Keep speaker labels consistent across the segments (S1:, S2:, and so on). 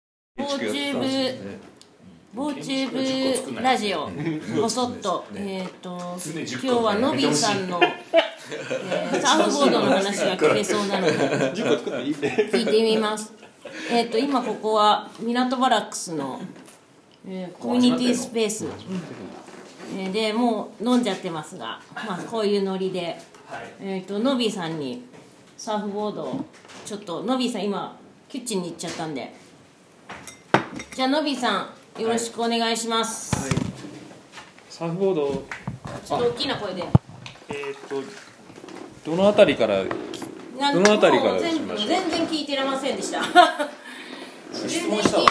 S1: チクやってたんですよね
S2: ボーチューブラジオぼそっと、えっ、と
S3: 常
S2: 今
S3: 10
S2: 日はノビーさんの、えーサーフボードの話が聞けそうなので
S4: 10個作っていいって
S2: 聞いてみます。えっ、と今ここは港バラックスの、えーコミュニティスペース、えーでもう飲んじゃってますが、まあこういうノリで、えっ、とノビーさんにサーフボードをちょっとノビーさん今キッチンに行っちゃったんで、じゃあノビーさんよろしくお願いします。
S5: サーフボード、
S2: ちょっと大きな声で。
S5: えーっとどのあたりから
S2: なん
S5: どの辺りから
S2: もう全
S5: しま
S2: 部
S5: しょう
S2: 全然聞いてられませんでした全然聞いてなかっ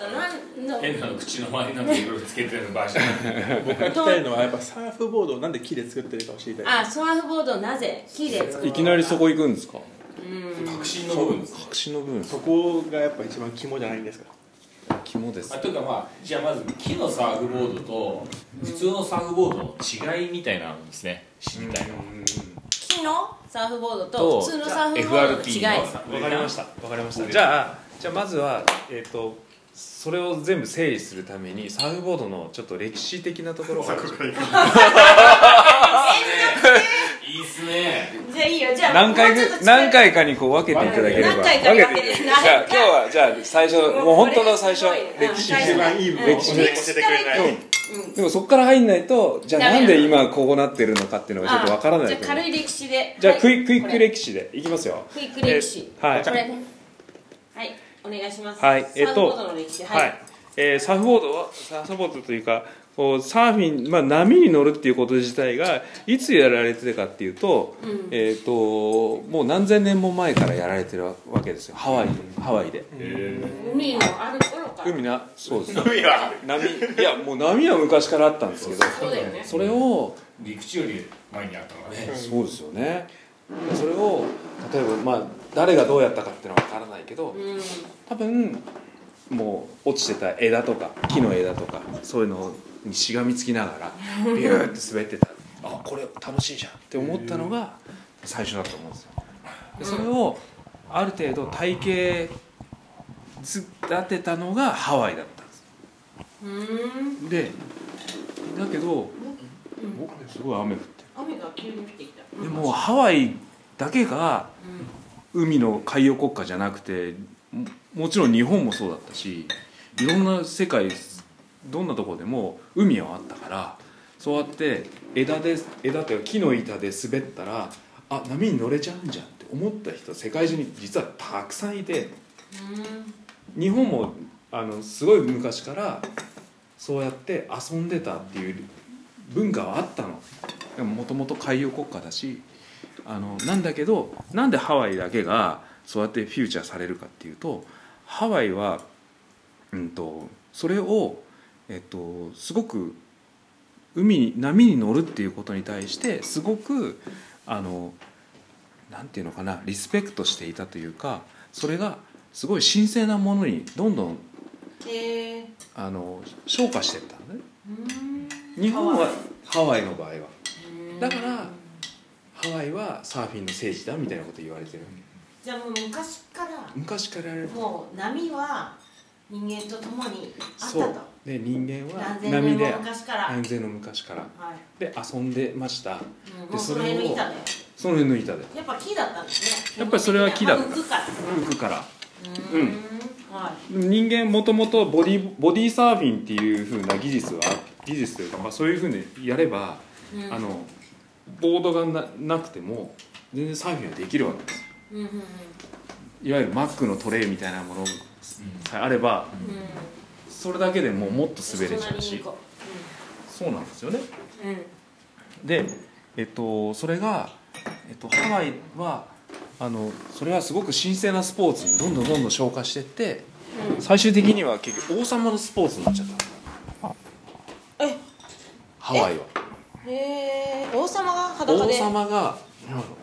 S2: たなんの
S3: 変なの口の周りなんていろいろつけてる場合じゃない
S4: 僕が聞きたいのはやっぱサーフボードをなんで木で作ってるかを知りたい
S2: あサーフボードなぜ木で作る
S5: いきなりそこ行くんですか
S3: 確信の部分ですか
S5: 口の部分
S4: そこがやっぱ一番肝じゃないんですか
S5: 肝です
S3: あというかまあじゃあまず木のサーフボードと普通のサーフボードの違いみたいなのですね知りたいのは
S2: 木のサーフボードと
S3: と
S2: 普通のサーフボードの違い
S3: FRP の
S6: わかりましたわかりましたじゃあじゃあまずはえっ、とそれを全部整理するためにサーフボードのちょっと歴史的なところから
S3: いいっすね
S2: じゃあいいよじゃあ
S5: 何
S2: も
S5: 回
S2: うちょっ
S5: ぐ
S2: と
S5: 何回かにこう分けていただければ
S2: 何回かに分けて
S5: じゃあ今日はじゃあ最初もう本当の最初歴史
S2: 一番
S4: いい部分
S2: 分
S4: を教
S2: 教え
S4: え
S2: てく
S4: てく
S2: れ
S4: れ
S2: な
S4: ないい
S5: でもそこから入んないとじゃ
S2: ダメ
S5: あ
S2: な
S5: なん
S2: の
S5: で今こうなってるのかっていうのがちょっとわからない
S2: じゃ
S5: と
S2: あ
S5: 思う
S2: 軽い歴史で
S5: じゃあ
S2: はい
S5: クイクイッ
S2: こ
S5: ク
S2: れ
S5: 歴史でいきますよ
S2: クイック歴史
S5: えはい
S2: これねはいお願いします
S5: はいえっ
S2: サー
S5: と
S2: フボードの歴史
S5: はい、えーサーフボードはサーフボードというかこうサーフィン、まあ、波に乗るっていうこと自体がいつやられてたかっていうと,、えー、ともう何千年も前からやられてるわけですよハワイでハワイで、
S2: 海のある頃から
S5: 海なそうです
S4: 海は
S5: 波いやもう波は昔からあったんですけど
S2: そうだよね
S5: それを
S3: 陸地より前にあったのがね
S5: そうですよねそれを例えばまあ誰がどうやったかっていうのは分からないけど、
S2: うん
S5: 多分もう落ちてた枝とか木の枝とかそういうのにしがみつきながらビューって滑ってたあこれ楽しいじゃんって思ったのが最初だと思うんですよでそれをある程度体系立てたのがハワイだったんです
S2: うん
S5: でだけど、おすごい雨降って
S2: 雨が急に降ってきた
S5: るでもハワイだけが海の海洋国家じゃなくてももちろん日本もそうだったしいろんな世界どんなとこでも海はあったからそうやって枝で枝っていうか木の板で滑ったらあ波に乗れちゃうんじゃんって思った人世界中に実はたくさんいて日本もあのすごい昔からそうやって遊んでたっていう文化はあったのでももともと海洋国家だしあのなんだけどなんでハワイだけがそうやってフューチャーされるかっていうとハワイは、うん、とそれを、えっと、すごく海に波に乗るっていうことに対してすごくあのなんていうのかなリスペクトしていたというかそれがすごい神聖なものにどんどん
S2: へえ
S5: あの昇華していったのね
S2: うん
S5: 日本はハワイの場合はだから
S2: うん
S5: ハワイはサーフィンの聖地だみたいなこと言われてる
S2: じゃあもう昔から
S5: 昔からやられてる
S2: もう波は人間と共にあった
S5: そ
S2: と
S5: うで人間は
S2: 何千
S5: 波
S2: 年も
S5: で
S2: 昔から、はい
S5: 安全の昔からで遊んでました
S2: うん、も
S5: で
S2: うそ
S5: そ
S2: の
S5: れを
S2: 辺の板で
S5: その辺の板で
S2: やっぱ木だったんですね
S5: やっぱりそれは木だった
S2: まあ浮くから
S5: 浮くから
S2: う
S5: うんん
S2: は
S5: 人間もともとボディボディサーフィンっていう風な技術は技術というか、まあ、そういう風にやれば、
S2: い、うん、
S5: あのボードがななくても全然サーフィンはできるわけです
S2: うんうんうんうん
S5: いわゆるマックのトレイみたいなものさえあればそれだけでもうもっと滑れちゃう
S2: 隣に
S5: し
S2: 行こ
S5: そうなんですよね
S2: ううんうん
S5: で、えっと、それが、えっと、ハワイはあのそれはすごく神聖なスポーツにどんどんどんどん昇華していって最終的には結局王様のスポーツになっちゃった
S2: え
S5: ハワイは
S2: うんへえ王様が裸
S5: 王
S2: で
S5: 様が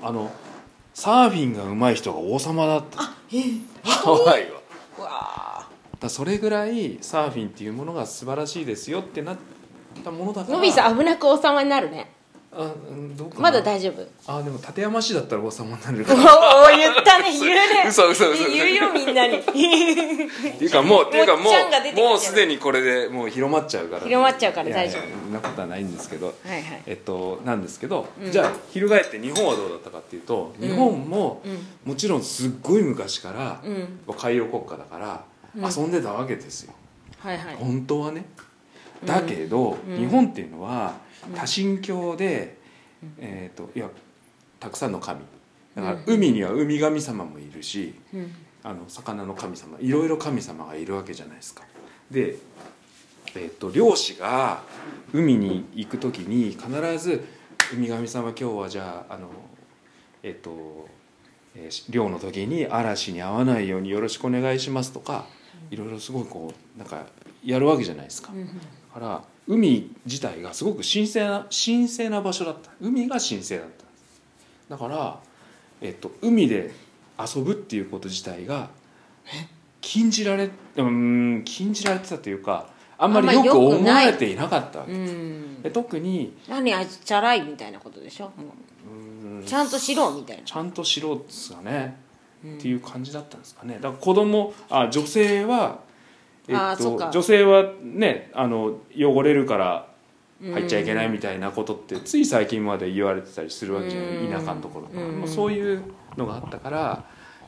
S5: あのサーフィンが上手い人が王様だったハワイは
S2: うわ
S5: だからそれぐらいサーフィンっていうものが素晴らしいですよってなったものだから
S2: のびさん危なく王様になるね
S5: ああうんどうかな
S2: まだ大丈夫
S5: あでも立山市だったら王様に なれる
S2: お
S5: かな
S2: お言ったね言うね
S5: 嘘嘘嘘
S2: ね言うよみん なに
S5: っていうかもうっていうかも
S2: もっちゃんが出てきちゃ
S5: う
S2: う
S5: もうすでにこれでもう広まっちゃうから
S2: 広まっちゃうから大丈夫
S5: いやいやそんなことはないんですけど
S2: はいはい
S5: えっとなんですけど、
S2: うん
S5: じゃあ翻って日本はどうだったかっていうと日本も、
S2: うん
S5: もちろんすっごい昔から、
S2: うん
S5: 海洋国家だか
S2: う
S5: ら、
S2: ん
S5: 遊んでたわけですよ
S2: はいはい
S5: 本当はねだけど、
S2: うん
S5: 日本っていうのは
S2: うん
S5: 多神教で、えっ、といやたくさんの神だから
S2: う
S5: 海には海神様もいるし、
S2: うん
S5: あの魚の神様いろいろ神様がいるわけじゃないですか。で、えっと漁師が海に行く時に必ず「海神様今日はじゃああのえっと、えーし漁の時に嵐に遭わないようによろしくお願いします」とかいろいろすごいこうなんかやるわけじゃないですか。
S2: うん
S5: だから海自体がすごく神聖な神聖な場所だった海が神聖だったんですだから、えっと、海で遊ぶっていうこと自体が禁じられうーん禁じられてたというかあんま
S2: あん
S5: り
S2: ま
S5: よ
S2: り良
S5: く
S2: く
S5: 思
S2: ない
S5: われていなかったわけ、
S2: うん
S5: で特に
S2: 何あいつチャラいみたいなことでしょもうちゃんとしろみたいな
S5: ちゃんとしろっすがね、っていう感じだったんですかねだから子供あ女性は、えっ
S2: あーそ
S5: と
S2: っか
S5: 女性はねあの汚れるから
S2: うん
S5: 入っちゃいけないみたいなことってつい最近まで言われてたりするわけじゃな
S2: う
S5: い
S2: ん
S5: 田舎のところとか
S2: うん
S5: もうそういうのがあったから、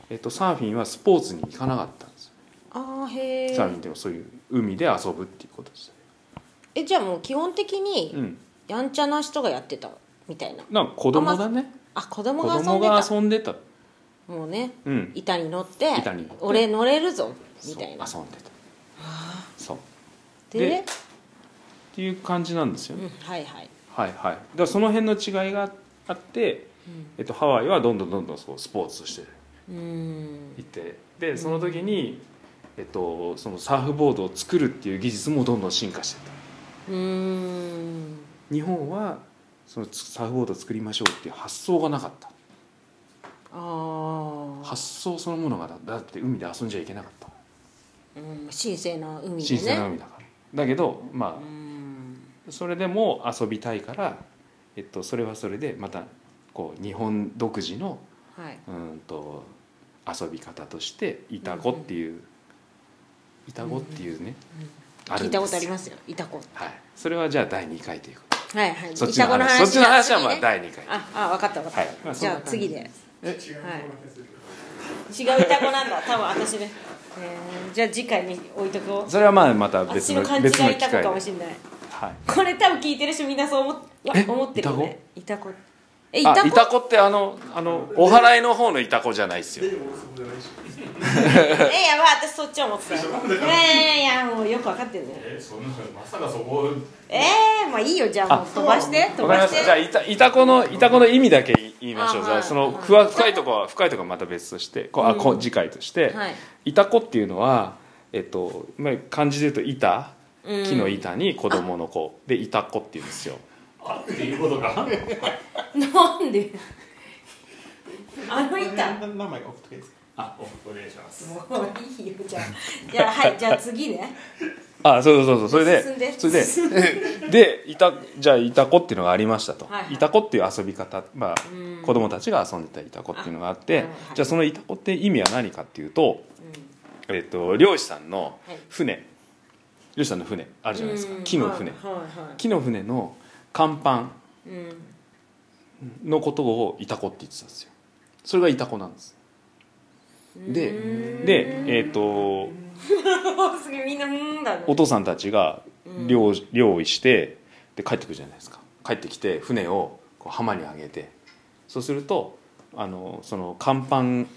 S5: えっと、サーフィンはスポーツに行かなかったんですよ
S2: ああへ
S5: サーフィン
S2: え
S5: っていうのはそういう海で遊ぶっていうことです
S2: えじゃあもう基本的に
S5: うん
S2: やんちゃな人がやってたみたいな
S5: なんか子供だね
S2: あ子
S5: 子
S2: 供が遊
S5: 供
S2: んで
S5: が
S2: た
S5: 遊んでた
S2: もうね
S5: うん
S2: 板に乗って
S5: 板に乗って
S2: 俺乗れるぞみたいな
S5: そう遊んでたそうっ
S2: で
S5: でていう感じなんですよね
S2: うんはいはい
S5: はいはいだからその辺の違いがあって、えっと、ハワイはどんどんどんどんそうスポーツとして
S2: うーん
S5: いってでその時に、えっと、そのサーフボードを作るっていう技術もどんどん進化していった
S2: うーん
S5: 日本はそのサーフボードを作りましょうっていう発想がなかった
S2: ああ
S5: 発想そのものがだだって海で遊んじゃいけなかった
S2: うん神聖な海で
S5: 新鮮な
S2: ね
S5: 海だからだけど
S2: う
S5: ま
S2: ん
S5: あそれでも遊びたいから、えっと、それはそれでまたこう日本独自の
S2: はいう
S5: ーんと遊び方としてイタコっていう、イタコっていうね、ある
S2: 聞い
S5: ん
S2: た
S5: ですよ
S2: ことありますよいたこ
S5: はい、それはじゃあ第2回ということ
S2: はいはい
S5: そっち
S2: イ
S5: の
S2: タコ
S5: 話そっちの話はまあ
S2: 次ね
S5: 第2回
S2: ああ分かった分かっ
S5: は
S2: た、
S5: いまあ
S2: じゃあ
S5: そんな感じ
S2: 次で
S4: え
S2: はい違うイタコなんだ多分私ね、えーじゃあ次回に置いとこう
S5: それはまあまた別
S2: 私
S5: の
S2: の勘違い
S5: 別の
S2: イ
S5: 機
S2: タ
S5: 会
S2: コ
S5: で
S2: かもしれない
S5: はい
S2: これ多分聞いてる人みんなそう思っわ
S5: え
S2: 思ってるよねイタコえイタ
S5: あ
S2: コ
S5: イタコってあのあのお祓いの方のイタコじゃないですよ
S2: えやばい私そっち思ってたよえー、いやもうよく分かってるね
S3: えそんなまさかそこ
S2: えー、まあいいよじゃあもう飛ばして飛
S5: わか
S2: ば
S5: りま
S2: し
S5: したじゃあ
S2: て
S5: イタイタコのイタコの意味だけ言いましょう
S2: あ
S5: じゃ
S2: は
S5: あ
S2: い
S5: そのふわ深いとこは深いとこはまた別としてこうあこう次回として、
S2: はい
S5: イタコっていうのはえっとまあ漢字で言うと板
S2: うん
S5: 木の板に子供の子でイタコっていうんですよ
S3: あっていうことが
S2: なんであの 板
S4: 何何枚か送っとけばいいですか
S3: あおお願いします
S2: もういいよじゃあじゃあはいじゃあ次ね
S5: あそうそうそうそうそれで
S2: 進んで
S5: それでで いたじゃあイタコっていうのがありましたと、
S2: はいはい
S5: イタコっていう遊び方、まあ
S2: うん、
S5: 子供たちが遊んでたイタコっていうのがあって
S2: あはい
S5: じゃあそのイタコって意味は何かっていうと,、えっと漁師さんの
S2: はい
S5: 船、漁師さんの船あるじゃないですか木の船、
S2: はいはいは
S5: 木の船の甲板
S2: いうん
S5: のことをイタコって言ってたんですよそれがイタコなんですででえっ、と
S2: おすげえみんなうーんだね
S5: お父さんたちが漁漁意してで帰ってくるじゃないですか帰ってきて船をこう浜に上げてそうするとあのその甲板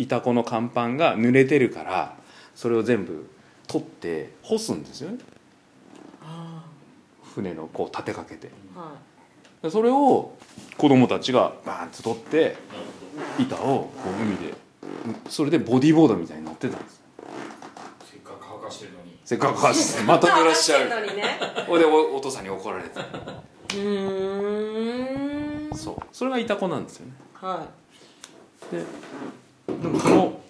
S5: イタコの甲板が濡れてるからそれを全部取って干すんですよね船のこう立てかけて
S2: は
S5: でそれを子供たちがバーンと取って板をこう海でそれでボディーボードみたいに乗ってたんです
S3: せっかく乾かしてるのに
S5: せっかく走ってま
S2: い
S5: た濡らしちゃう
S2: まあ分かってんのに ね
S5: ほいでおお父さんに怒られて
S2: うーん
S5: そうそれがイタコなんですよね
S2: は
S5: ででもその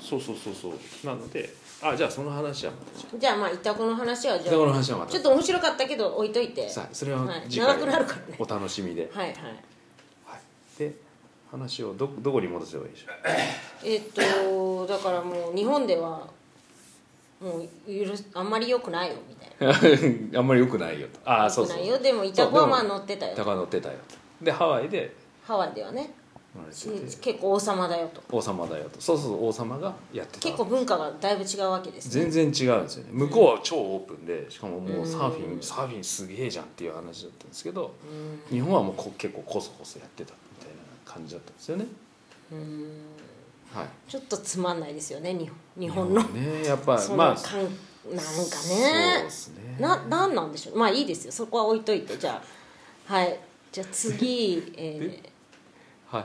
S5: そうそうそうそうなのであじゃあその話はまたじゃ
S2: じゃあまあ一択の話は
S5: あ
S2: じゃ
S5: 北
S2: あ
S5: 川の話はまた
S2: ちょっと面白かったけど置いといて
S5: さあそれは
S2: はい
S5: 次回
S2: 長くなるからね
S5: お楽しみで、
S2: はいはい
S5: はい、で話をどどこに戻せばいい でしょう
S2: えっとだからもう日本ではもう許すあんまり良くないよみたいな
S5: あんまりよくないよとああそう
S2: 良く
S5: そう
S2: ないよでもイタコはまあ
S5: そうで
S2: 乗
S5: も
S2: ってたよ
S5: 高野乗ってたよとでハワイで
S2: ハワイではね
S5: 生まれてて
S2: 結構王様だよと
S5: 王様だよとそうそう王様がやってた
S2: 結構文化がだいぶ違うわけですね
S5: 全然違うんですよね向こうは超オープンでしかももうサーフィンサーフィンすげえじゃんっていう話だったんですけど日本はもうこ結構コソコソやってたみたいな感じだったんですよね
S2: うん
S5: はい
S2: ちょっとつまんないですよね日本日本の
S5: ねやっぱ
S2: その
S5: まあ
S2: 感なんかね
S5: そうですね
S2: ななんなんでしょうまあいいですよそこは置いといてじゃあはいじゃあ次、え
S5: はい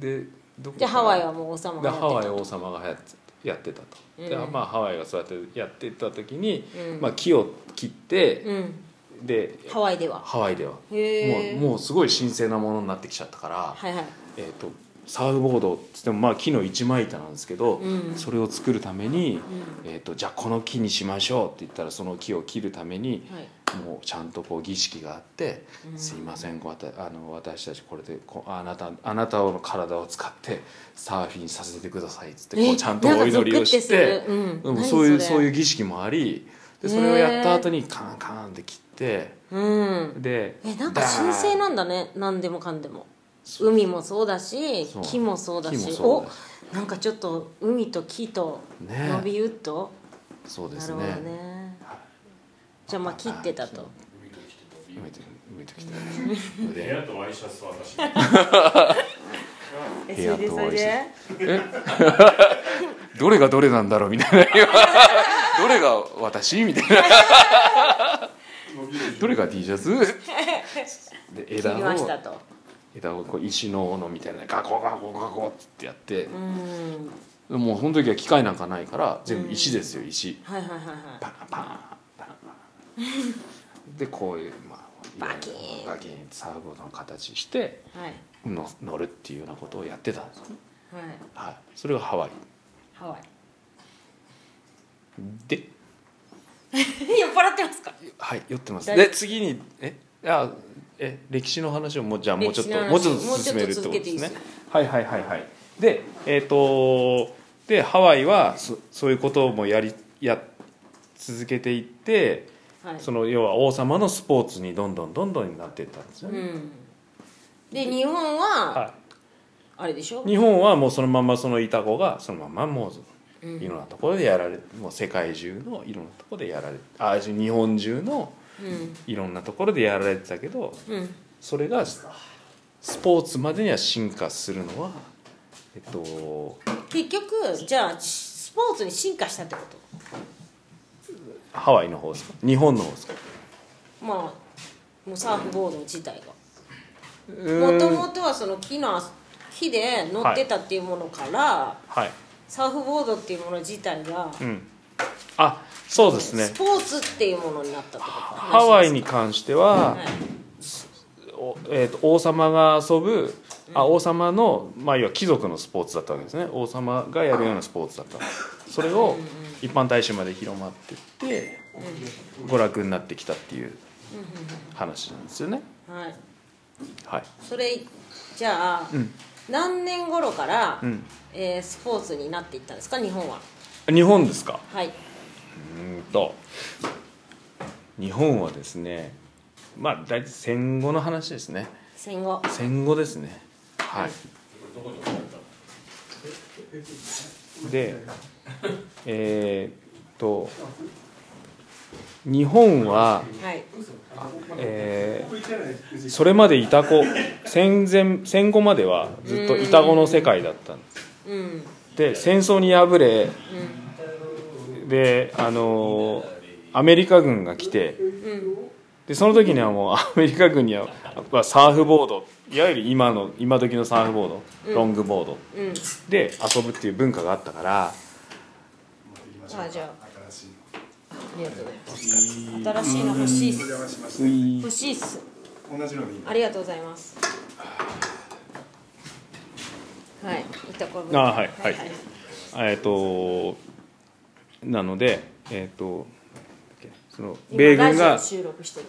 S5: でどこ
S2: ー、じゃあハワイはもう王様
S5: で
S2: がやって
S5: ハ
S2: た
S5: ワイ王様がやってやってたと、で
S2: うん
S5: まあハワイがそうやってやってた時に、
S2: うん
S5: まあ、木を切って、
S2: うん
S5: で
S2: ハワイでは
S5: ハワイではも
S2: へえ
S5: うもうすごい神聖なものになってきちゃったから、
S2: はいはい
S5: えー、とサーフボードっつってもまあ木の一枚板なんですけど、
S2: うん
S5: それを作るために、えー、とじゃあこの木にしましょうって言ったらその木を切るために、
S2: はい
S5: もうちゃんとこう儀式があって「
S2: うん
S5: すいませんごわたあの私たちこれでこあなたあなたの体を使ってサーフィンさせてください」っつってこうちゃんとお祈りをして
S2: なんかゾクッするうん
S5: うん
S2: 何
S5: そういう
S2: れ
S5: そういう儀式もありでそれをやった後にカンカンって切って
S2: うん
S5: で
S2: えなんか神聖なんだね何でもかんでも海もそうだし
S5: そう
S2: 木もそうだし
S5: 木もそうだし
S2: おなんかちょっと海と木と
S5: ね
S2: 伸びうっと、
S5: そうで
S2: な
S5: す
S2: る
S5: ね
S2: ほどねじゃあまあ切ってたと
S3: 海と来てた
S5: 埋めて埋めてきて
S3: 部
S5: で
S3: 屋とワイシャツ渡し
S2: え
S5: 部屋と
S2: それでそれで
S5: どれがどれなんだろうみた いなどれが私みたいなどれが T シャツ で
S2: 切
S5: 枝
S2: りました
S5: を
S2: と
S5: 枝をこう石の斧みたいなガコガコガコってやって
S2: う、ん
S5: もうその時は機械なんかないから全部石ですよ石
S2: はいはいはいは
S5: パンパンパンパンでこういうまあ
S2: バキーン
S5: バキーンサーブの形して
S2: いはい
S5: の乗るっていうようなことをやってたんですね
S2: はい
S5: はいそれがハワイ
S2: ハワイ
S5: で
S2: 酔っ払ってますか
S5: はい酔ってます
S2: 大丈
S5: で次にえあえ歴史の話をもうじゃあもうちょっ
S2: 歴史
S5: と
S2: の話
S5: もうちょっと進めるってこ
S2: もうちょっと続
S5: とです
S2: けていい
S5: ね
S2: ですよ
S5: はいはいはいはいでえっ、とでハワイはそそういうこともやりや続けていって
S2: はい
S5: その要は王様のスポーツにどんどんどんどんなっていったんですよ
S2: う
S5: ね、
S2: んで日本は
S5: は
S2: あれでしょ
S5: い、日本はもうそのままそのイタコがそのままもういろんなところでやられもう世界中のいろんなところでやられあ日本中の
S2: うん
S5: いろんなところでやられてたけど
S2: うん
S5: それがスポーツまでには進化するのはえっと
S2: 結局じゃあスポーツに進化したってこ
S5: ハワイの方ですか日本の方ですか
S2: とまあもうサーフボード自体が
S5: う
S2: もと
S5: ーん
S2: もとはその木の木で乗ってたっていうものから、
S5: はい
S2: サーフボードっていうもの自体が、
S5: うんあそうですね
S2: スポーツっていうものになったってこと
S5: ハワイに関しては、
S2: はい
S5: おえー、と王様が遊ぶあ王様の、まあ、要は貴族のスポーツだったわけですね王様がやるようなスポーツだったそれを一般大衆まで広まってって娯楽になってきたっていう話なんですよね
S2: はい
S5: はい、
S2: それじゃあ、
S5: うん
S2: 何年頃から、
S5: うん、
S2: えースポーツになっていったんですか日本は
S5: 日本ですか
S2: はいう
S5: ーんと日本はですねまあ大体戦後の話ですね
S2: 戦後
S5: 戦後ですねはいでえーっと日本は、
S2: はい
S5: えーそれまでイタコ戦前戦後まではずっとイタコの世界だったんです
S2: うんうん
S5: で戦争に敗れであのーアメリカ軍が来て
S2: うん
S5: でその時にはもう アメリカ軍にははサーフボードいわゆる今の今時のサーフボード、ロングボード
S2: うん
S5: で遊ぶっていう文化があったから
S2: あじゃあありがとうございます新しいの欲しいっす欲しいっす
S7: 同じのでいい
S2: ありがとうございますはいいたこぶ
S5: あはいはいえっ、と
S8: なのでえっ、とその
S2: 今
S8: 米軍
S2: ラ
S8: が
S2: ジオ収録してる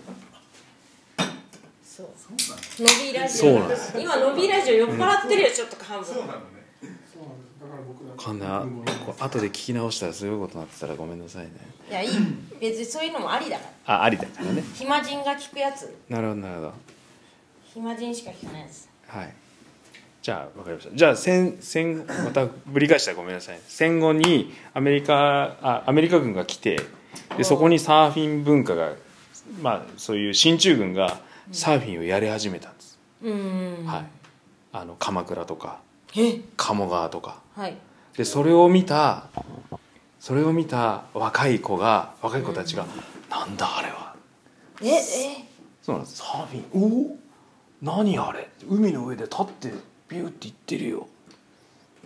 S2: そう
S1: そうなの
S2: 伸びラジ
S8: そ
S2: オ
S8: うなんです
S2: 今伸びラジオ酔っ払ってるよちょっと半分
S1: そうなのね
S7: そうなんですだから僕だ
S5: こんなこう後で聞き直したらすごいことになってたらごめんなさいね
S2: いやいい別にそういうのもありだから
S5: あありだからね
S2: 暇人が聞くやつ
S5: なるほどなるほど
S2: 暇人しか聞かないやつ
S5: はいじゃあわかりましたじゃあ戦戦またぶり返したらごめんなさい戦後にアメリカあアメリカ軍が来てでそこにサーフィン文化がまあそういう進駐軍がサーフィンをやり始めたんです、
S2: うん
S5: はいあの鎌倉とか
S2: え
S5: 鴨川とか
S2: はい
S5: でそれを見たそれを見た若い子が若い子たちが「なんだあれは」
S2: ええ
S5: そうなんですサーフィンおお何あれ海の上で立ってビューっていってるよ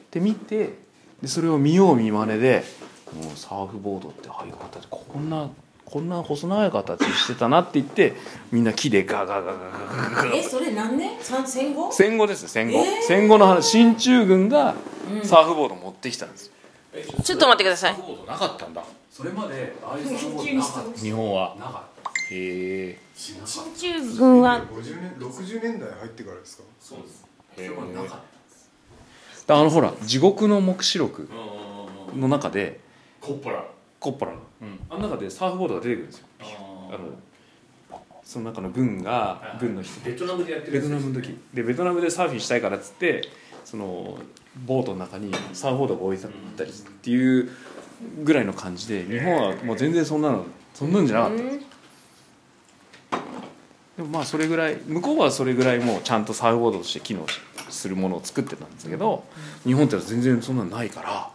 S5: って見てでそれを見よう見まねでもうサーフボードってああいう形こんなこんな細長い形してたなって言ってみんな木でガガガガガガガガ
S2: えそれ何年三戦後
S5: 戦後ですよ戦後、
S2: えー
S5: 戦後の話進駐軍が
S2: うん
S5: サーフボード持ってきたんです、
S2: ちょっと待ってください
S3: サーフボードなかったんだ
S5: それまでああいう
S2: サーフボードなかっ た
S3: 日本は
S5: なかっ
S3: へえ
S5: た
S2: 進駐軍は
S1: 50年60年代入ってからですか
S3: そうです
S5: あのほら地獄の黙示録
S3: うんうんうんうん
S5: の中で
S3: コッパラ
S5: コッパラの
S3: うん
S5: あの中でサーフボードが出てくるんですよ
S3: あ
S5: あ
S3: の
S5: のその中の軍
S3: いは
S5: が
S3: い
S5: 軍の人
S3: ベトナムでやってる
S5: ベトナムの時でベトナムでサーフィンしたいからっつってそのボートの中にサーフボードが置いてあったりっていうぐらいの感じで日本はもう全然そんなのそんなんじゃなかった
S2: うん
S5: でもまあそれぐらい向こうはそれぐらいもうちゃんとサーフボードとして機能するものを作ってたんですけど日本ってのは全然そんなのないから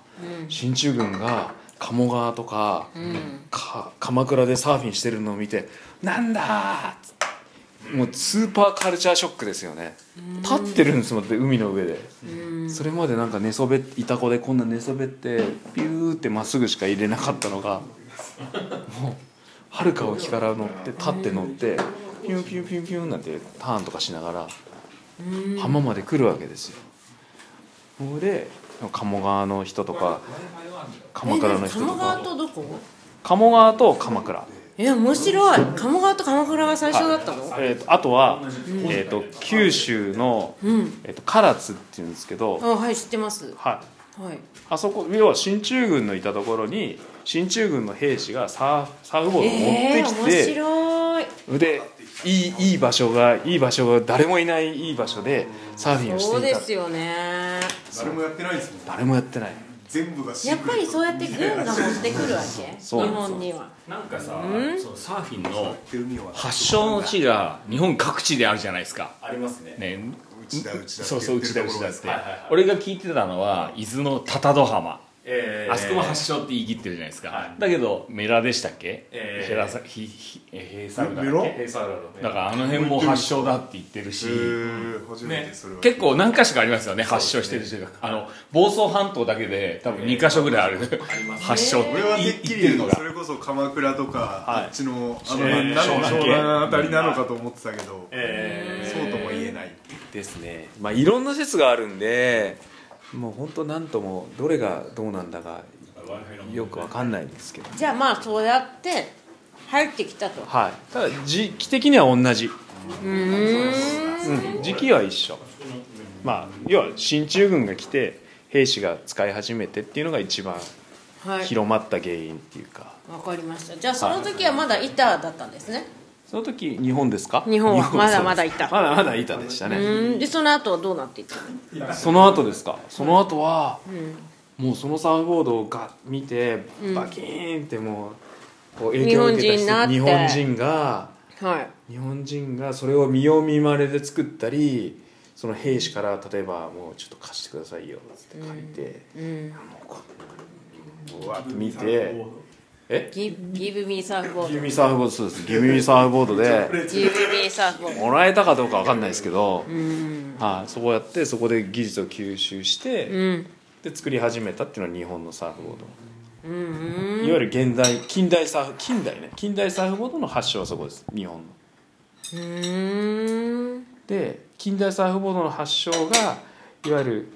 S5: 進駐軍が鴨川とか
S2: うん
S5: か鎌倉でサーフィンしてるのを見て「なんだ!」っつってもうスーパーカルチャーショックですよね立ってるんですもんって海の上で
S2: うん
S5: それまでなんか寝そべいた子でこんな寝そべってピューってまっすぐしか入れなかったのがもうはるか沖から乗って立って乗ってピュンピュンピュンピュンなんてターンとかしながら
S2: うん
S5: 浜まで来るわけですよそれで鴨川の人とか鎌倉の
S2: え
S5: 人と
S2: 鴨川
S5: か
S2: とどこ
S5: 鴨川と鎌倉
S2: え面白い鴨川と鎌倉が最初だったの
S5: えー、とあとは、えー、と九州の、
S2: うん
S5: えー、と唐津っていうんですけど、
S2: あはい知ってます
S5: はい、
S2: はい
S5: あそこ要は進駐軍のいたところに進駐軍の兵士がサーサーフボードを
S2: ええ面
S5: 持ってきて、
S2: 白い
S5: でいいいい場所がいい場所が誰もいないいい場所でサーフィンをし
S2: そう
S5: てい
S2: で
S5: た
S2: すよね
S1: 誰もやってないですもん
S5: 誰もやってない
S1: 全部がシ
S2: や
S1: ン
S2: っ
S1: グル
S2: ぱりそうやって軍が持ってくるわけ日
S5: そう
S2: 本には
S3: なんかさそのサーフィン
S1: や
S3: の
S1: ってる海は
S3: 発祥の地が日本各地であるじゃないですか
S4: ありますね
S3: ね
S1: 内田内田
S3: そうそう内田内田って
S4: はいはいはい
S3: 俺が聞いてたのは伊豆の多々戸浜
S4: え
S3: あそこも発祥って言い切ってるじゃないですか、
S4: はい
S3: だけどメラでしたっけ、
S4: えー
S3: ヘラサヒヒえーヘイサルだっ
S1: メロ
S3: け
S4: 閉鎖だろう
S3: だからあの辺も発祥だって言ってるし、
S1: 初め
S3: ね
S1: てそれは、
S3: 結構何か所かありますよね発祥してる人が、あの房総半島だけで多分2か所ぐらいある、発祥って
S1: 俺はて
S3: 言
S1: っき
S3: ってる
S1: り
S3: のが
S1: それこそ鎌倉とか、あっちのあの、
S3: えー
S1: なんか
S3: 湘南
S1: 湘南あたりなのかと思ってたけど、
S4: え
S1: そうとも言えない
S5: ですねまあいろんな説があるんでもう本当なんともどれがどうなんだかよくわかんないですけど
S2: じゃあまあそうやって入ってきたと
S5: はいただ時期的には同じ
S2: うーん
S5: うん、時期は一緒まあ要は進駐軍が来て兵士が使い始めてっていうのが一番
S2: はい
S5: 広まった原因っていうか
S2: わかりましたじゃあその時はまだ板だったんですね
S5: その時日本ですか
S2: 日本はまだまだ
S5: そうです
S2: いた
S5: まだまだいたでした
S2: う
S5: ね
S2: ーんでその後はどうなっていったの
S5: その後ですかその後は
S2: うん
S5: もうそのサーフボードをが見て
S2: うん
S5: バキーンってもうこう影響を受けた
S2: 日本人になって
S5: 人日本人が
S2: はい
S5: 日本人がそれを見よう見まねで作ったりその兵士から例えばもうちょっと貸してくださいよって書いて、
S2: うん
S5: もうこううわーって見てえ
S2: ギギブミーサーフボ
S5: ギ
S2: ー
S5: ミサーフボードそうですギミサーフボードで
S2: ドギブミーサーフボード
S5: もらえたかどうかわかんないですけど、
S2: うん
S5: はい、そうやってそこで技術を吸収して、
S2: うん
S5: で作り始めたっていうのは日本のサーフボード、
S2: うん
S5: いわゆる現代近代サーフ近代ね近代サーフボードの発祥はそこです日本の
S2: うーん
S5: で近代サーフボードの発祥がいわゆる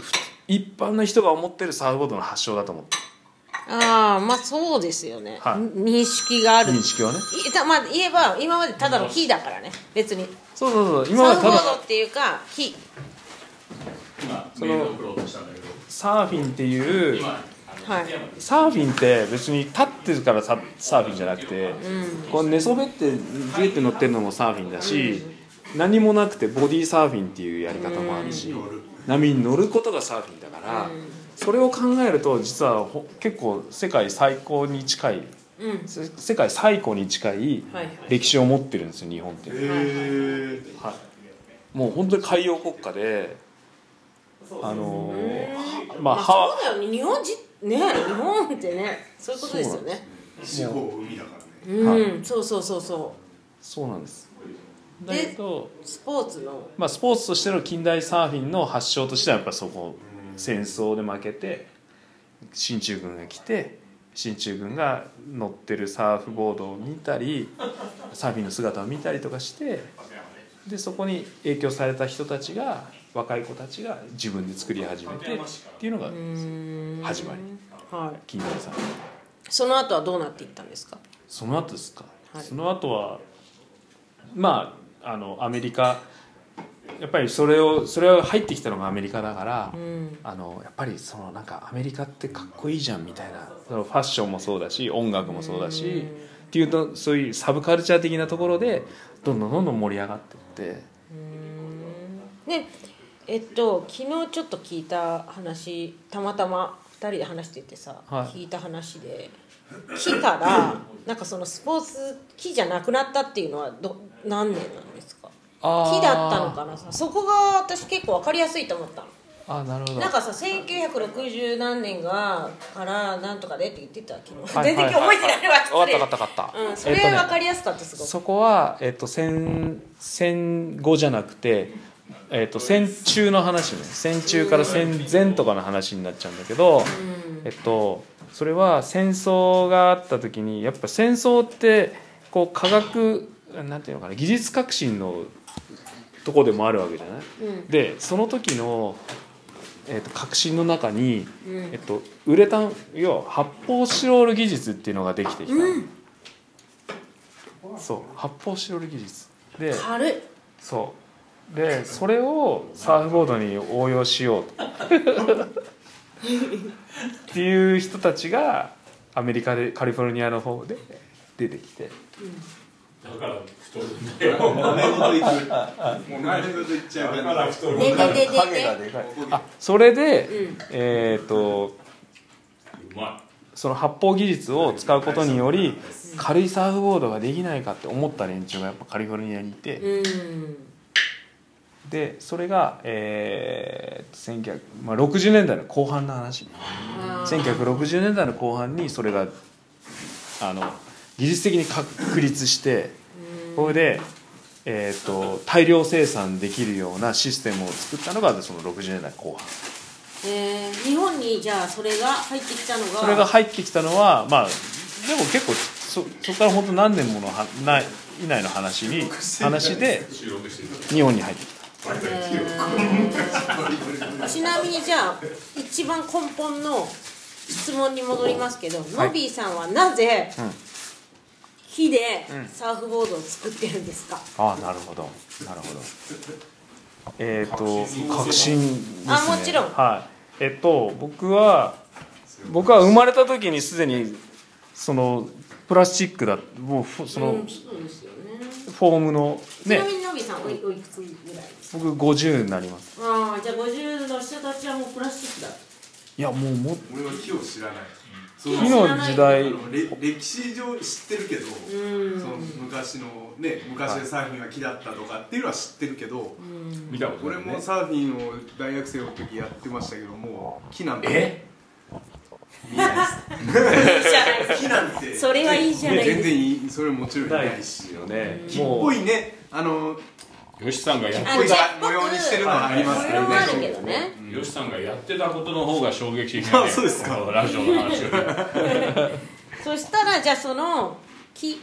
S5: ふ一般の人が思ってるサーフボードの発祥だと思って
S2: ああまあそうですよね、
S8: はい
S2: 認識がある
S5: 認識はね
S2: いたまあ言えば今までただの火だからね別に
S5: そうそうそう
S2: サ
S5: 今
S2: ー
S5: は
S2: フ
S5: た
S2: ボ
S5: だ
S2: ードっていうか火
S3: 今
S5: そ
S3: メ
S5: の
S3: ール送ろうとしたんだけど
S5: サーフィンっていう
S3: 今あの
S2: はい
S3: テーマです
S5: サーフィンって別に立ってるからササーフィンじゃなくて、こう寝そべってギュって乗ってるのもサーフィンだし、何もなくてボディーサーフィンっていうやり方もあるし、波に乗ることがサーフィンだから、それを考えると実はほ結構世界最高に近い
S2: うん
S5: せ世界最古に近い
S2: はい
S5: 歴史を持ってるんですよ日本って、
S7: えー
S5: もう本当に海洋国家であのーま
S2: ま
S5: あ
S2: あ、
S5: ハワ
S2: そうだよね日本人ね日本ってねそういうことですよね
S7: 四方海だからね
S2: うん
S5: なんです
S2: そうそうそうそ
S5: そうなんです
S2: で
S5: だけど
S2: うスポーツの
S5: まあ、スポーツとしての近代サーフィンの発祥としてはやっぱそこ戦争で負けて進駐軍が来て進駐軍が乗ってるサーフボードを見たりサーフィンの姿を見たりとかしてでそこに影響された人たちが若い子たちが自分で作り始めてっていうのが始まり
S2: はい
S5: 近代サーフィン
S2: その後はどうなっていったんですか
S5: その後ですか、
S2: はい
S5: その後はまああのアメリカやっぱりそれをそれは入ってきたのがアメリカだから、
S2: うん
S5: あのやっぱりそのなんかアメリカってかっこいいじゃんみたいなそのファッションもそうだし音楽もそうだし、っていうとそういうサブカルチャー的なところでどんどんどんどん盛り上がっていって
S2: ねえっと昨日ちょっと聞いた話たまたま2人で話しててさ、
S5: はい
S2: 聞いた話で木からなんかそのスポーツ木じゃなくなったっていうのはど何年なんですか
S5: あー
S2: 木だったのかなさそこが私結構分かりやすいと思ったの。
S5: あなるほ
S2: なんかさ1960何年がからなんとかでって言ってた昨日、
S5: はい
S2: 全然今日覚えてないわ
S5: わ
S2: そ
S5: か
S2: れ
S5: ったわかったわかった、
S2: うん、そ
S5: えっと
S2: れ
S5: ね
S2: 分かりやすかったすごく、
S5: そこは、えっと、戦戦後じゃなくて、えっと、戦中の話ね戦中から戦前とかの話になっちゃうんだけど、えっと、それは戦争があった時にやっぱ戦争ってこう科学なんていうのかな技術革新のとこでもあるわけじゃない、
S2: うん
S5: でその時の、えっと、革新の中に、
S2: うん
S5: えっと、ウレタン要は発泡スチロール技術っていうのができてきたの、そう発泡スチロール技術で
S2: 軽い
S5: そうでそれをサーフボードに応用しようとっていう人たちがアメリカでカリフォルニアの方で出てきて
S3: だから太るんだよ
S7: もう鍋ごといくもう鍋ごといっちゃう
S3: だ
S7: か
S3: からら太る
S2: でででで
S5: 影がでかいあそれで、
S2: うん
S5: えっ、と
S3: うま
S5: その発泡技術を使うことにより軽いサーフボードができないかって思った連中がやっぱカリフォルニアにいて、
S2: で
S5: でそれが、えー1900まあ、60年代の後半の話
S2: うん
S5: 1960年代の後半にそれがあの技術的に確立してそれで、えー、と大量生産できるようなシステムを作ったのがその60年代後半
S2: えー日本にじゃあそれが入ってきたのが
S5: それが入ってきたのはまあでも結構そそこから本当何年ものはない以内の話に話で
S3: い収録してる
S5: 日本に入ってきた
S2: ちなみにじゃあ一番根本の質問に戻りますけど、ノビーさんはなぜ、
S5: うん
S2: 火でサーフボードを作ってるんですか、
S5: ああなるほどなるほどえっ、と確信ですね
S2: あもちろん
S5: はいえっと僕は僕は生まれた時にすでにそのプラスチックだもうふその
S2: うんそうですよね
S5: フォームの
S2: ち
S5: ね
S2: なみにノビーさんおいおいくつぐらいですか
S5: 僕50になります
S2: ああじゃあ50の人たちはもうプラスチックだ
S5: いやもうも
S7: 俺は木を知らないそ
S5: 木の時代
S7: あのれ歴史上知ってるけど
S2: うん
S7: その昔のね昔はサーフィンが木だったとかっていうのは知ってるけど
S3: 見たこと
S7: 俺
S3: ないね
S7: もサーフィンを大学生の時やってましたけどもう木なんて見ないです
S2: いいじゃないですか
S7: 木なんて
S2: それはいいじゃないですか
S7: 全然いいそれもちろんいないし
S5: よね
S7: 木っぽいねあの
S3: 吉さんがや
S2: あ
S7: 木っぽい
S2: じゃあ
S7: 模様にしてるのはあります
S2: そ
S7: け
S2: れ
S7: ど
S2: はあるけ
S7: ね
S2: どね
S3: 吉さんがやってたことの方が衝撃的な、ね、
S7: あそうですか
S3: このラジオの話より
S2: そしたらじゃあその木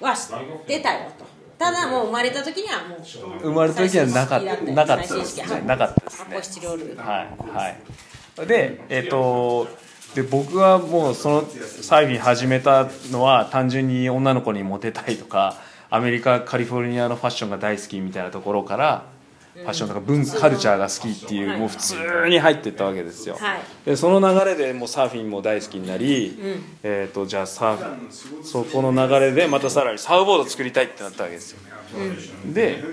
S2: は知ってたよとただもう生まれた時にはもう
S5: 生まれた時はなかっ
S2: 最新式だ
S5: たな
S2: った
S5: か
S2: よ
S5: った
S2: 最新
S5: で
S2: 式
S5: すね
S2: はい
S5: なかったです
S2: 発泡スチロール
S5: はいはいでえっ、とで僕はもうそのサーフィン始めたのは単純に女の子にモテたいとかアメリカカリフォルニアのファッションが大好きみたいなところからファッションとか文化カルチャーが好きっていうもう普通に入っていったわけですよ
S2: はい
S5: でその流れでもうサーフィンも大好きになり、えー、とじゃあサーフィンそこの流れでまたさらにサーフボード作りたいってなったわけですよで、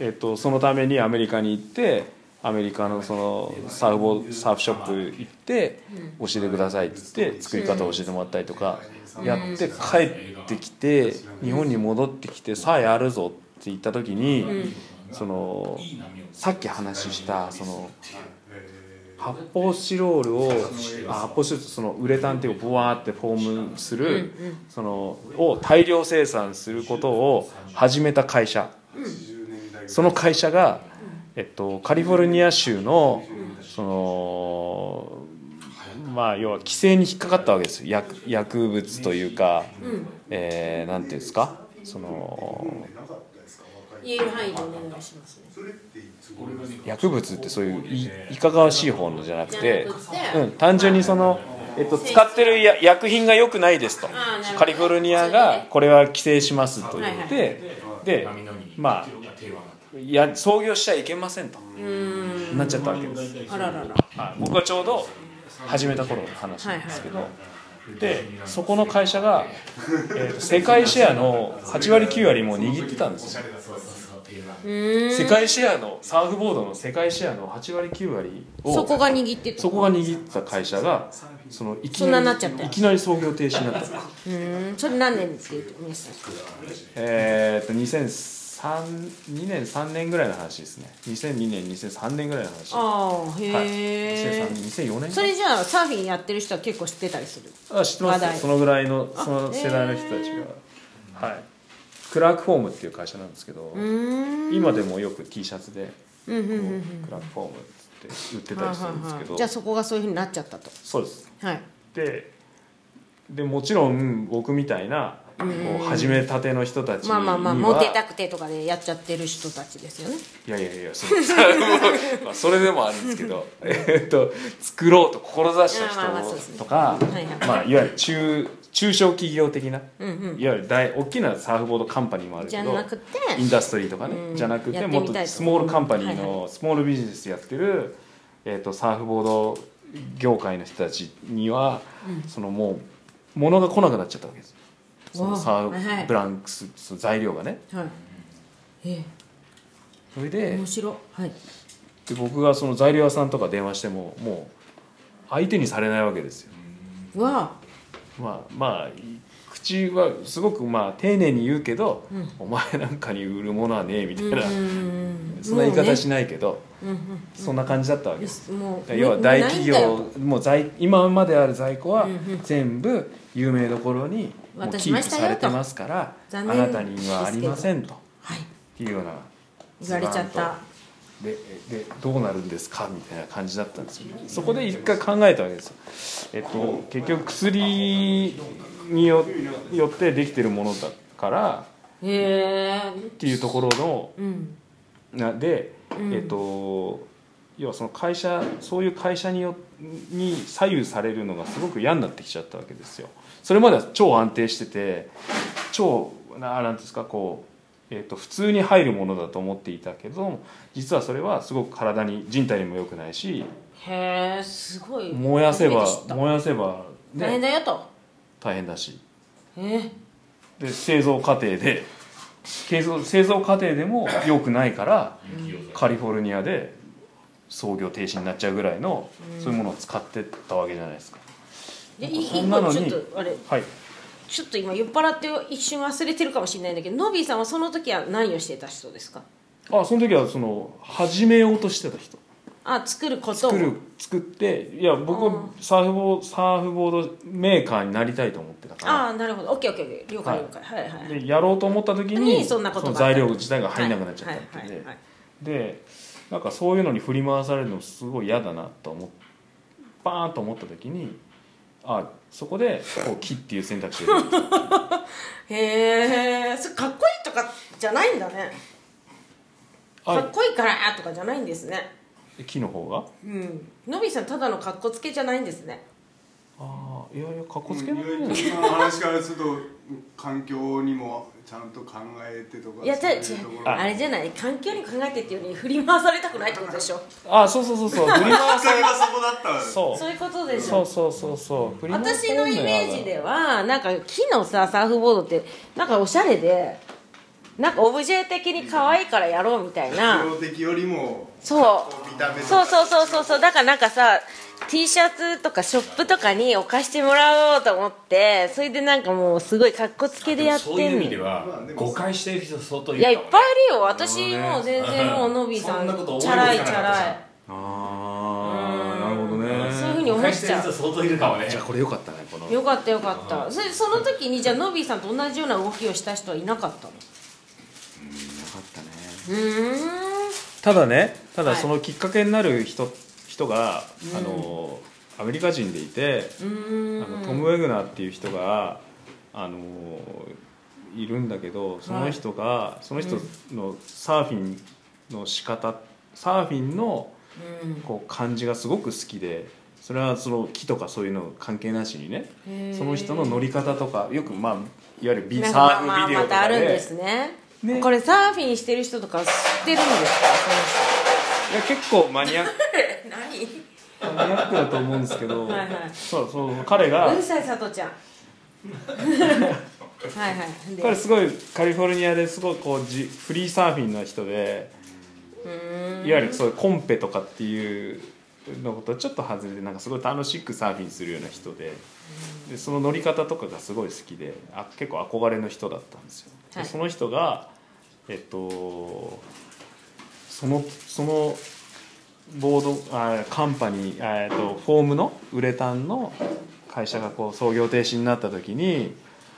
S5: えー、とそのためにアメリカに行ってアメリカのそのサーフボードサーフショップ行って教えてくださいって言って作り方を教えてもらったりとかやって帰ってきて日本に戻ってきてさあやるぞって言った時に、そのさっき話ししたその発泡スチロールをあ発泡スチロールってそのウレタンっていうボワーってフォームするそのを大量生産することを始めた会社その会社が、えっと、カリフォルニア州のそのまあ要は規制に引っかかったわけですよ薬薬物というか、えーなんていうんですかその
S2: 言える範囲でお願いしますね
S5: 薬物ってそういういいかがわしい方のじゃなくて
S2: じゃなくて
S5: うん、単純にその、えっと、使ってるや薬品が良くないですと
S2: あーなるほど
S5: カリフォルニアがこれは規制しますと言って、
S2: は
S5: でまあいや創業しちゃいけませんと
S2: うーん
S5: なっちゃったわけです、
S2: あららら
S5: はい僕はちょうど始めた頃の話なんですけど、でそこの会社が、えっと世界シェアの8割9割もう握ってたんですよ
S2: うーん
S5: 世界シェアのサーフボードの世界シェアの8割9割を
S2: そこが握ってた
S5: そこが握ってた会社がそのいき
S2: そんな
S5: な
S2: になっ
S5: り
S2: ちゃって
S5: いきなり創業停止になったの
S2: うーんそれ何年っていうニュースですか
S5: えーっと2002年3年ぐらいの話ですね2002年2003年ぐらいの話
S2: ああ
S5: はい、
S2: へえ、
S5: 2003 2004年
S2: それじゃあサーフィンやってる人は結構知ってたりする
S5: あ知って
S2: 話
S5: ますよ
S2: 題
S5: そのぐらいのその世代の人たちがはいクラークフォームっていう会社なんですけど
S2: うーん
S5: 今でもよく T シャツで
S2: うんうん
S5: こ
S2: う
S5: うん
S2: うん
S5: クラークフォームって売ってた
S2: は
S5: り
S2: い
S5: するんです
S2: は
S5: け
S2: いは
S5: ど
S2: いじゃあそこがそういうふうになっちゃったと
S5: そうです
S2: はい
S5: ででもちろん僕みたいなこう始めたての人たちに
S2: ま
S5: は
S2: あまあまあモテたくてとかでやっちゃってる人たちですよね
S5: いやいやいやその まあそれでもあるんです けどえっと作ろうと志した
S2: まあまあまあそうですね
S5: 人とか
S2: はいはい
S5: まあいわゆる中中小企業的な
S2: うんうん
S5: いわゆる大大きなサーフボードカンパニーもある
S2: じ
S5: け
S2: ゃ
S5: ど
S2: なくて
S5: インダストリーとかね、
S2: うん
S5: じゃなく
S2: や
S5: て
S2: って
S5: も
S2: み
S5: った
S2: いと
S5: とスモールカンパニー
S2: はい
S5: のスモールビジネスやってる、えー、とサーフボード業界の人たちには、そのもう物が来なくなっちゃったわけですそのサ
S2: おーはいは
S5: ー
S2: い
S5: フブランクスその材料がね
S2: はいえ
S5: それ
S2: え
S5: で
S2: 面白はい
S5: で僕がその材料屋さんとか電話してももう相手にされないわけですよ
S2: わ
S5: まあまあ口はすごくまあ丁寧に言うけど、お前なんかに売るものはねえみたいな、
S2: あうん
S5: そんな言い方し
S2: も
S5: ないけど、
S2: うねうん
S5: そんな感じだったわけ
S2: う
S5: で
S2: ん
S5: す、
S2: もう
S5: 要は大企
S2: ない
S5: 業
S2: んだよ
S5: もう在今まである在庫は
S2: うんうん
S5: 全部有名どころにもう
S2: 渡し
S5: キ
S2: ま
S5: ー
S2: し
S5: プ
S2: たよと
S5: されてますからあ
S2: 残念
S5: なたにはありませんとっ
S2: はい
S5: ていうような
S2: 言われちゃった
S5: ででどうなるんですかみたいな感じだったんですよそこで一回考えたわけですよ、えっと、結局薬によよってできてるものだから
S2: へえ
S5: っていうところの
S2: うん
S5: なで、
S2: うん
S5: えっと要はその会社そういう会社によに左右されるのがすごく嫌になってきちゃったわけですよそれまでは超安定してて超ななんていうんですかこう、えっと普通に入るものだと思っていたけど実はそれはすごく体に人体にも良くないし
S2: へえすごい
S5: 燃やせば
S2: 初めて知った
S5: 燃やせば、
S2: 大変
S5: ね、
S2: だよと
S5: 大変だし
S2: ええ
S5: で製造過程で製造製造過程でも良くないからカリフォルニアで創業停止になっちゃうぐらいのそういうものを使ってったわけじゃないですか、
S2: でい
S5: そ
S2: 一
S5: んな
S2: 個
S5: の
S2: ちょ
S5: に
S2: っとあれ
S5: はい
S2: ちょっと今酔っ払って一瞬忘れてるかもしれないんだけどノビーさんはその時は何をしてた人ですか
S5: あその時はその始めようとしてた人
S2: あ作ることを
S5: 作る作っていや僕
S2: うん
S5: はサーフボードサーフボードメーカーになりたいと思ってた
S2: あ
S5: か
S2: あなるほどオッケーオッケーオッケー了解
S5: はい
S2: 了解はいはい
S5: ら
S2: はい
S5: でやろうと思った時に
S2: にそんなことがあ
S5: の
S2: った
S5: 材料自体が入んなくなっちゃったっていう
S2: はい
S5: ん
S2: はい
S5: で
S2: はい
S5: でなんかそういうのに振り回されるのすごい嫌だなと思っバーンと思った時にあそこでこう木っていう選択肢が出てきた
S2: へえそれかっこいいとかじゃないんだねかっ
S5: あ
S2: こいいからとかじゃないんですね
S5: 木の方が
S2: うんノビーさんただのかっこつけじゃないんですね
S5: ああいやいやかっこつけ
S7: い
S5: ないね、
S7: ろいろその話からすると環境にもちゃんと考えてとか
S2: いやじゃあ違う
S7: そういうところ
S2: あれじゃない環境に考えてっていうより振り回されたくないってことでしょ
S5: ああそうそうそ うそう振り回
S7: きっか
S5: さ
S7: け
S5: れ
S7: がそこだったわよ
S5: そう
S2: そういうことでし
S5: そ
S2: ょ
S5: うそうそうそう振り回さ
S2: 私
S5: れ
S2: の
S5: る
S2: イ
S5: やだ
S2: メージではなんか木のさサーフボードってなんかおしゃれでなんかオブジェ的に可愛いからやろうみたい な
S7: 量的よりも
S2: そう
S7: 見た目と
S2: そう
S7: か
S2: そうそうそうそうだからなんかさ T シャツとかショップとかに置かしてもらおうと思ってそれでなんかもうすごい格好つけでやってん
S3: そう
S2: の
S3: いう意味では誤解している人相当い
S2: い
S3: るか
S2: や
S3: も
S2: いっぱいいるよ私もう全然もうのびさ
S3: そ
S2: ん
S3: んなこと思いつ
S2: チ
S3: か
S2: ャ
S3: なか
S2: ラ
S3: っ
S2: い
S3: た
S2: チャラい
S9: ああなるほどね
S2: そういうふうに
S3: 誤
S2: 思っ
S3: 解して
S2: ち
S3: る
S2: ゃ
S3: 人相当いるかもね
S10: これよかったねこの
S2: うよかったよかったそれその時にじゃあのびさんと同じような動きをした人はいなかったのうーん
S5: ただねただ
S2: はい
S5: そのきっかけになる人,、人が、あのアメリカ人でいて、
S2: うーん
S5: あのトム・ウェグナーっていう人があのいるんだけどその人が、その人のサーフィンの仕方サーフィンの
S2: うん
S5: こう感じがすごく好きでそれはその木とかそういうの関係なしにね
S2: へー
S5: その人の乗り方とかよくまあいわゆるビ
S2: なん
S5: サ
S2: か
S5: ー
S2: まあまあ
S5: フビデオ
S2: ま
S5: と
S2: たあ
S5: か
S2: るん
S5: で
S2: ですね
S5: ね
S2: これサーフィンしてる人とか知ってるんですか
S5: いや結構マニアック
S2: その人
S5: マニアックだと思うんですけど
S2: はいはい
S5: そうそう彼が
S2: 何うるさい佐藤ちゃんはいはいで
S5: 彼すごいカリフォルニアですごいこうじフリーサーフィンの人で
S2: うーん
S5: いわゆるそういうコンペとかっていうのことちょっと外れてなんかすごい楽しくサーフィンするような人ででその乗り方とかがすごい好きであ結構憧れの人だったんですよ。で
S2: はい
S5: その人がえっとそのそのボードあカンパニー、えっとフォームのウレタンの会社がこう創業停止になった時に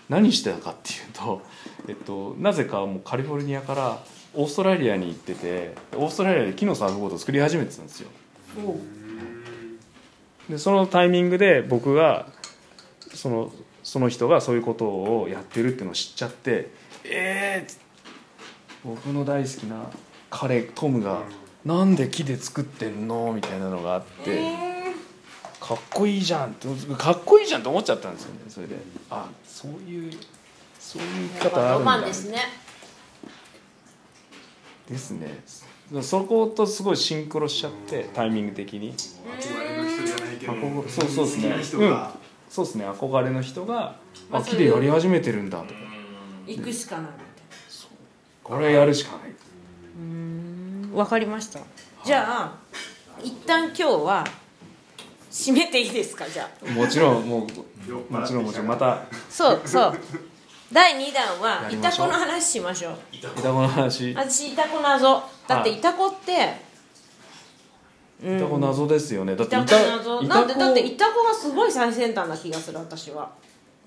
S5: 何してたかっていうと、えっと、なぜかもうカリフォルニアからオーストラリアに行っててオーストラリアで木のサーフボードを作り始めてたんですよでそのタイミングで僕がそのその人がそういうことをやってるっていうのを知っちゃってええ僕の大好きな彼トムが「なんで木で作ってんの?」みたいなのがあって。かっこいいじゃんってかっこいいじゃんと思っちゃったんですよねそれであそういうそういう生き方あ
S11: ロ
S5: るん
S11: マ
S5: だ
S11: ンですね
S5: ですねそことすごいシンクロしちゃってタイミング的に
S7: 憧れの人じゃないけど
S5: 憧そうそうですね
S7: 好きな人が
S5: そうですね憧れの人が
S2: まあ
S5: あ木でやり始めてるんだとか
S2: 行くしかないみたい
S5: これやるしかない
S2: なわかりましたじゃあ一旦今日は締めていいですかじゃあ
S5: もちろんも
S7: 酔っ
S5: うも
S7: 払ってきたから
S5: ちろんもちろんま た
S2: そうそう第2弾は
S5: や
S2: イ
S5: り
S2: タ
S5: まし
S2: コ
S5: ょう
S2: の話しましょう
S5: イタコの話イ
S2: 私イタコ謎だって
S5: はい
S2: イタコって、
S5: タコ謎ですよねだ
S2: イ
S5: って
S2: タ
S5: イ
S2: コ
S5: タ
S2: 謎
S5: イ
S2: な
S5: タ
S2: んでだって
S5: コ
S2: イタコがすごい最先端な気がする私は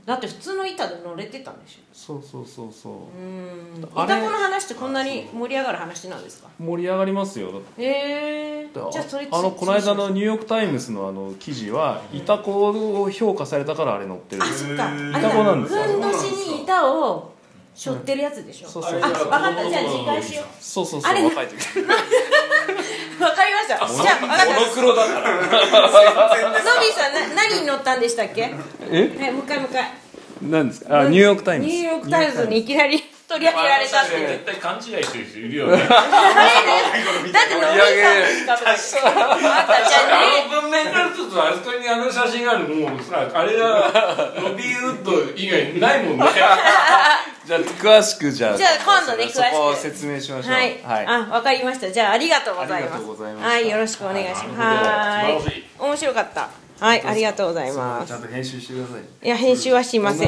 S2: だって普通の板で乗れてたんでしょ
S5: そうそうそうそう
S2: うんイタコ
S5: あ
S2: の
S5: れ
S2: 話ってこんなに盛り上がる話なんですか
S5: 盛り上がりますよだって
S2: へえー、じゃあそれ
S5: あのこの間の
S2: あ
S5: ニューヨーク・タイムズのあの記事はイタコを評価されたからあれ載ってる
S2: そっかあれだ
S5: イタコなんですよ
S2: ふんどしに板を背負ってるやつでしょ
S5: そう
S2: あ
S5: そう
S2: 分かったじゃあ次回しよ
S5: そうそう
S2: あ
S5: そう
S2: れ
S5: 若い時
S2: う分かりましたじゃあ分かった
S5: 黒だから
S2: ノビーさんな何に乗ったんでしたっけ
S5: え
S2: はいもう一回もう一回
S5: 何ですかあニューヨーク・タイム
S2: ニュー
S5: ズ
S2: ヨーク・タイムズにいきなり取り上げられたっていう
S3: 絶対勘違いしてる人いるよね
S2: だってノビーさんですかあったじゃねえ
S3: あの文面になるとあそこにあの写真があるもうさあれはロビーウッド以外ないもんね
S5: じゃあ詳しくじゃあ
S2: じゃあ今度ね詳しく
S5: そこを説明しましょう
S2: はい、
S5: はい
S2: あ、わかりました。じゃあ、ありがとうございます。
S5: ありがとうございました
S2: はい、よろしくお願いします。
S3: なるほど素晴ら
S2: は
S3: しい
S2: い、面白かった。はい、ありがとうございま
S5: ちゃ
S2: す。
S5: んと編集してください
S2: いや、編集はしません。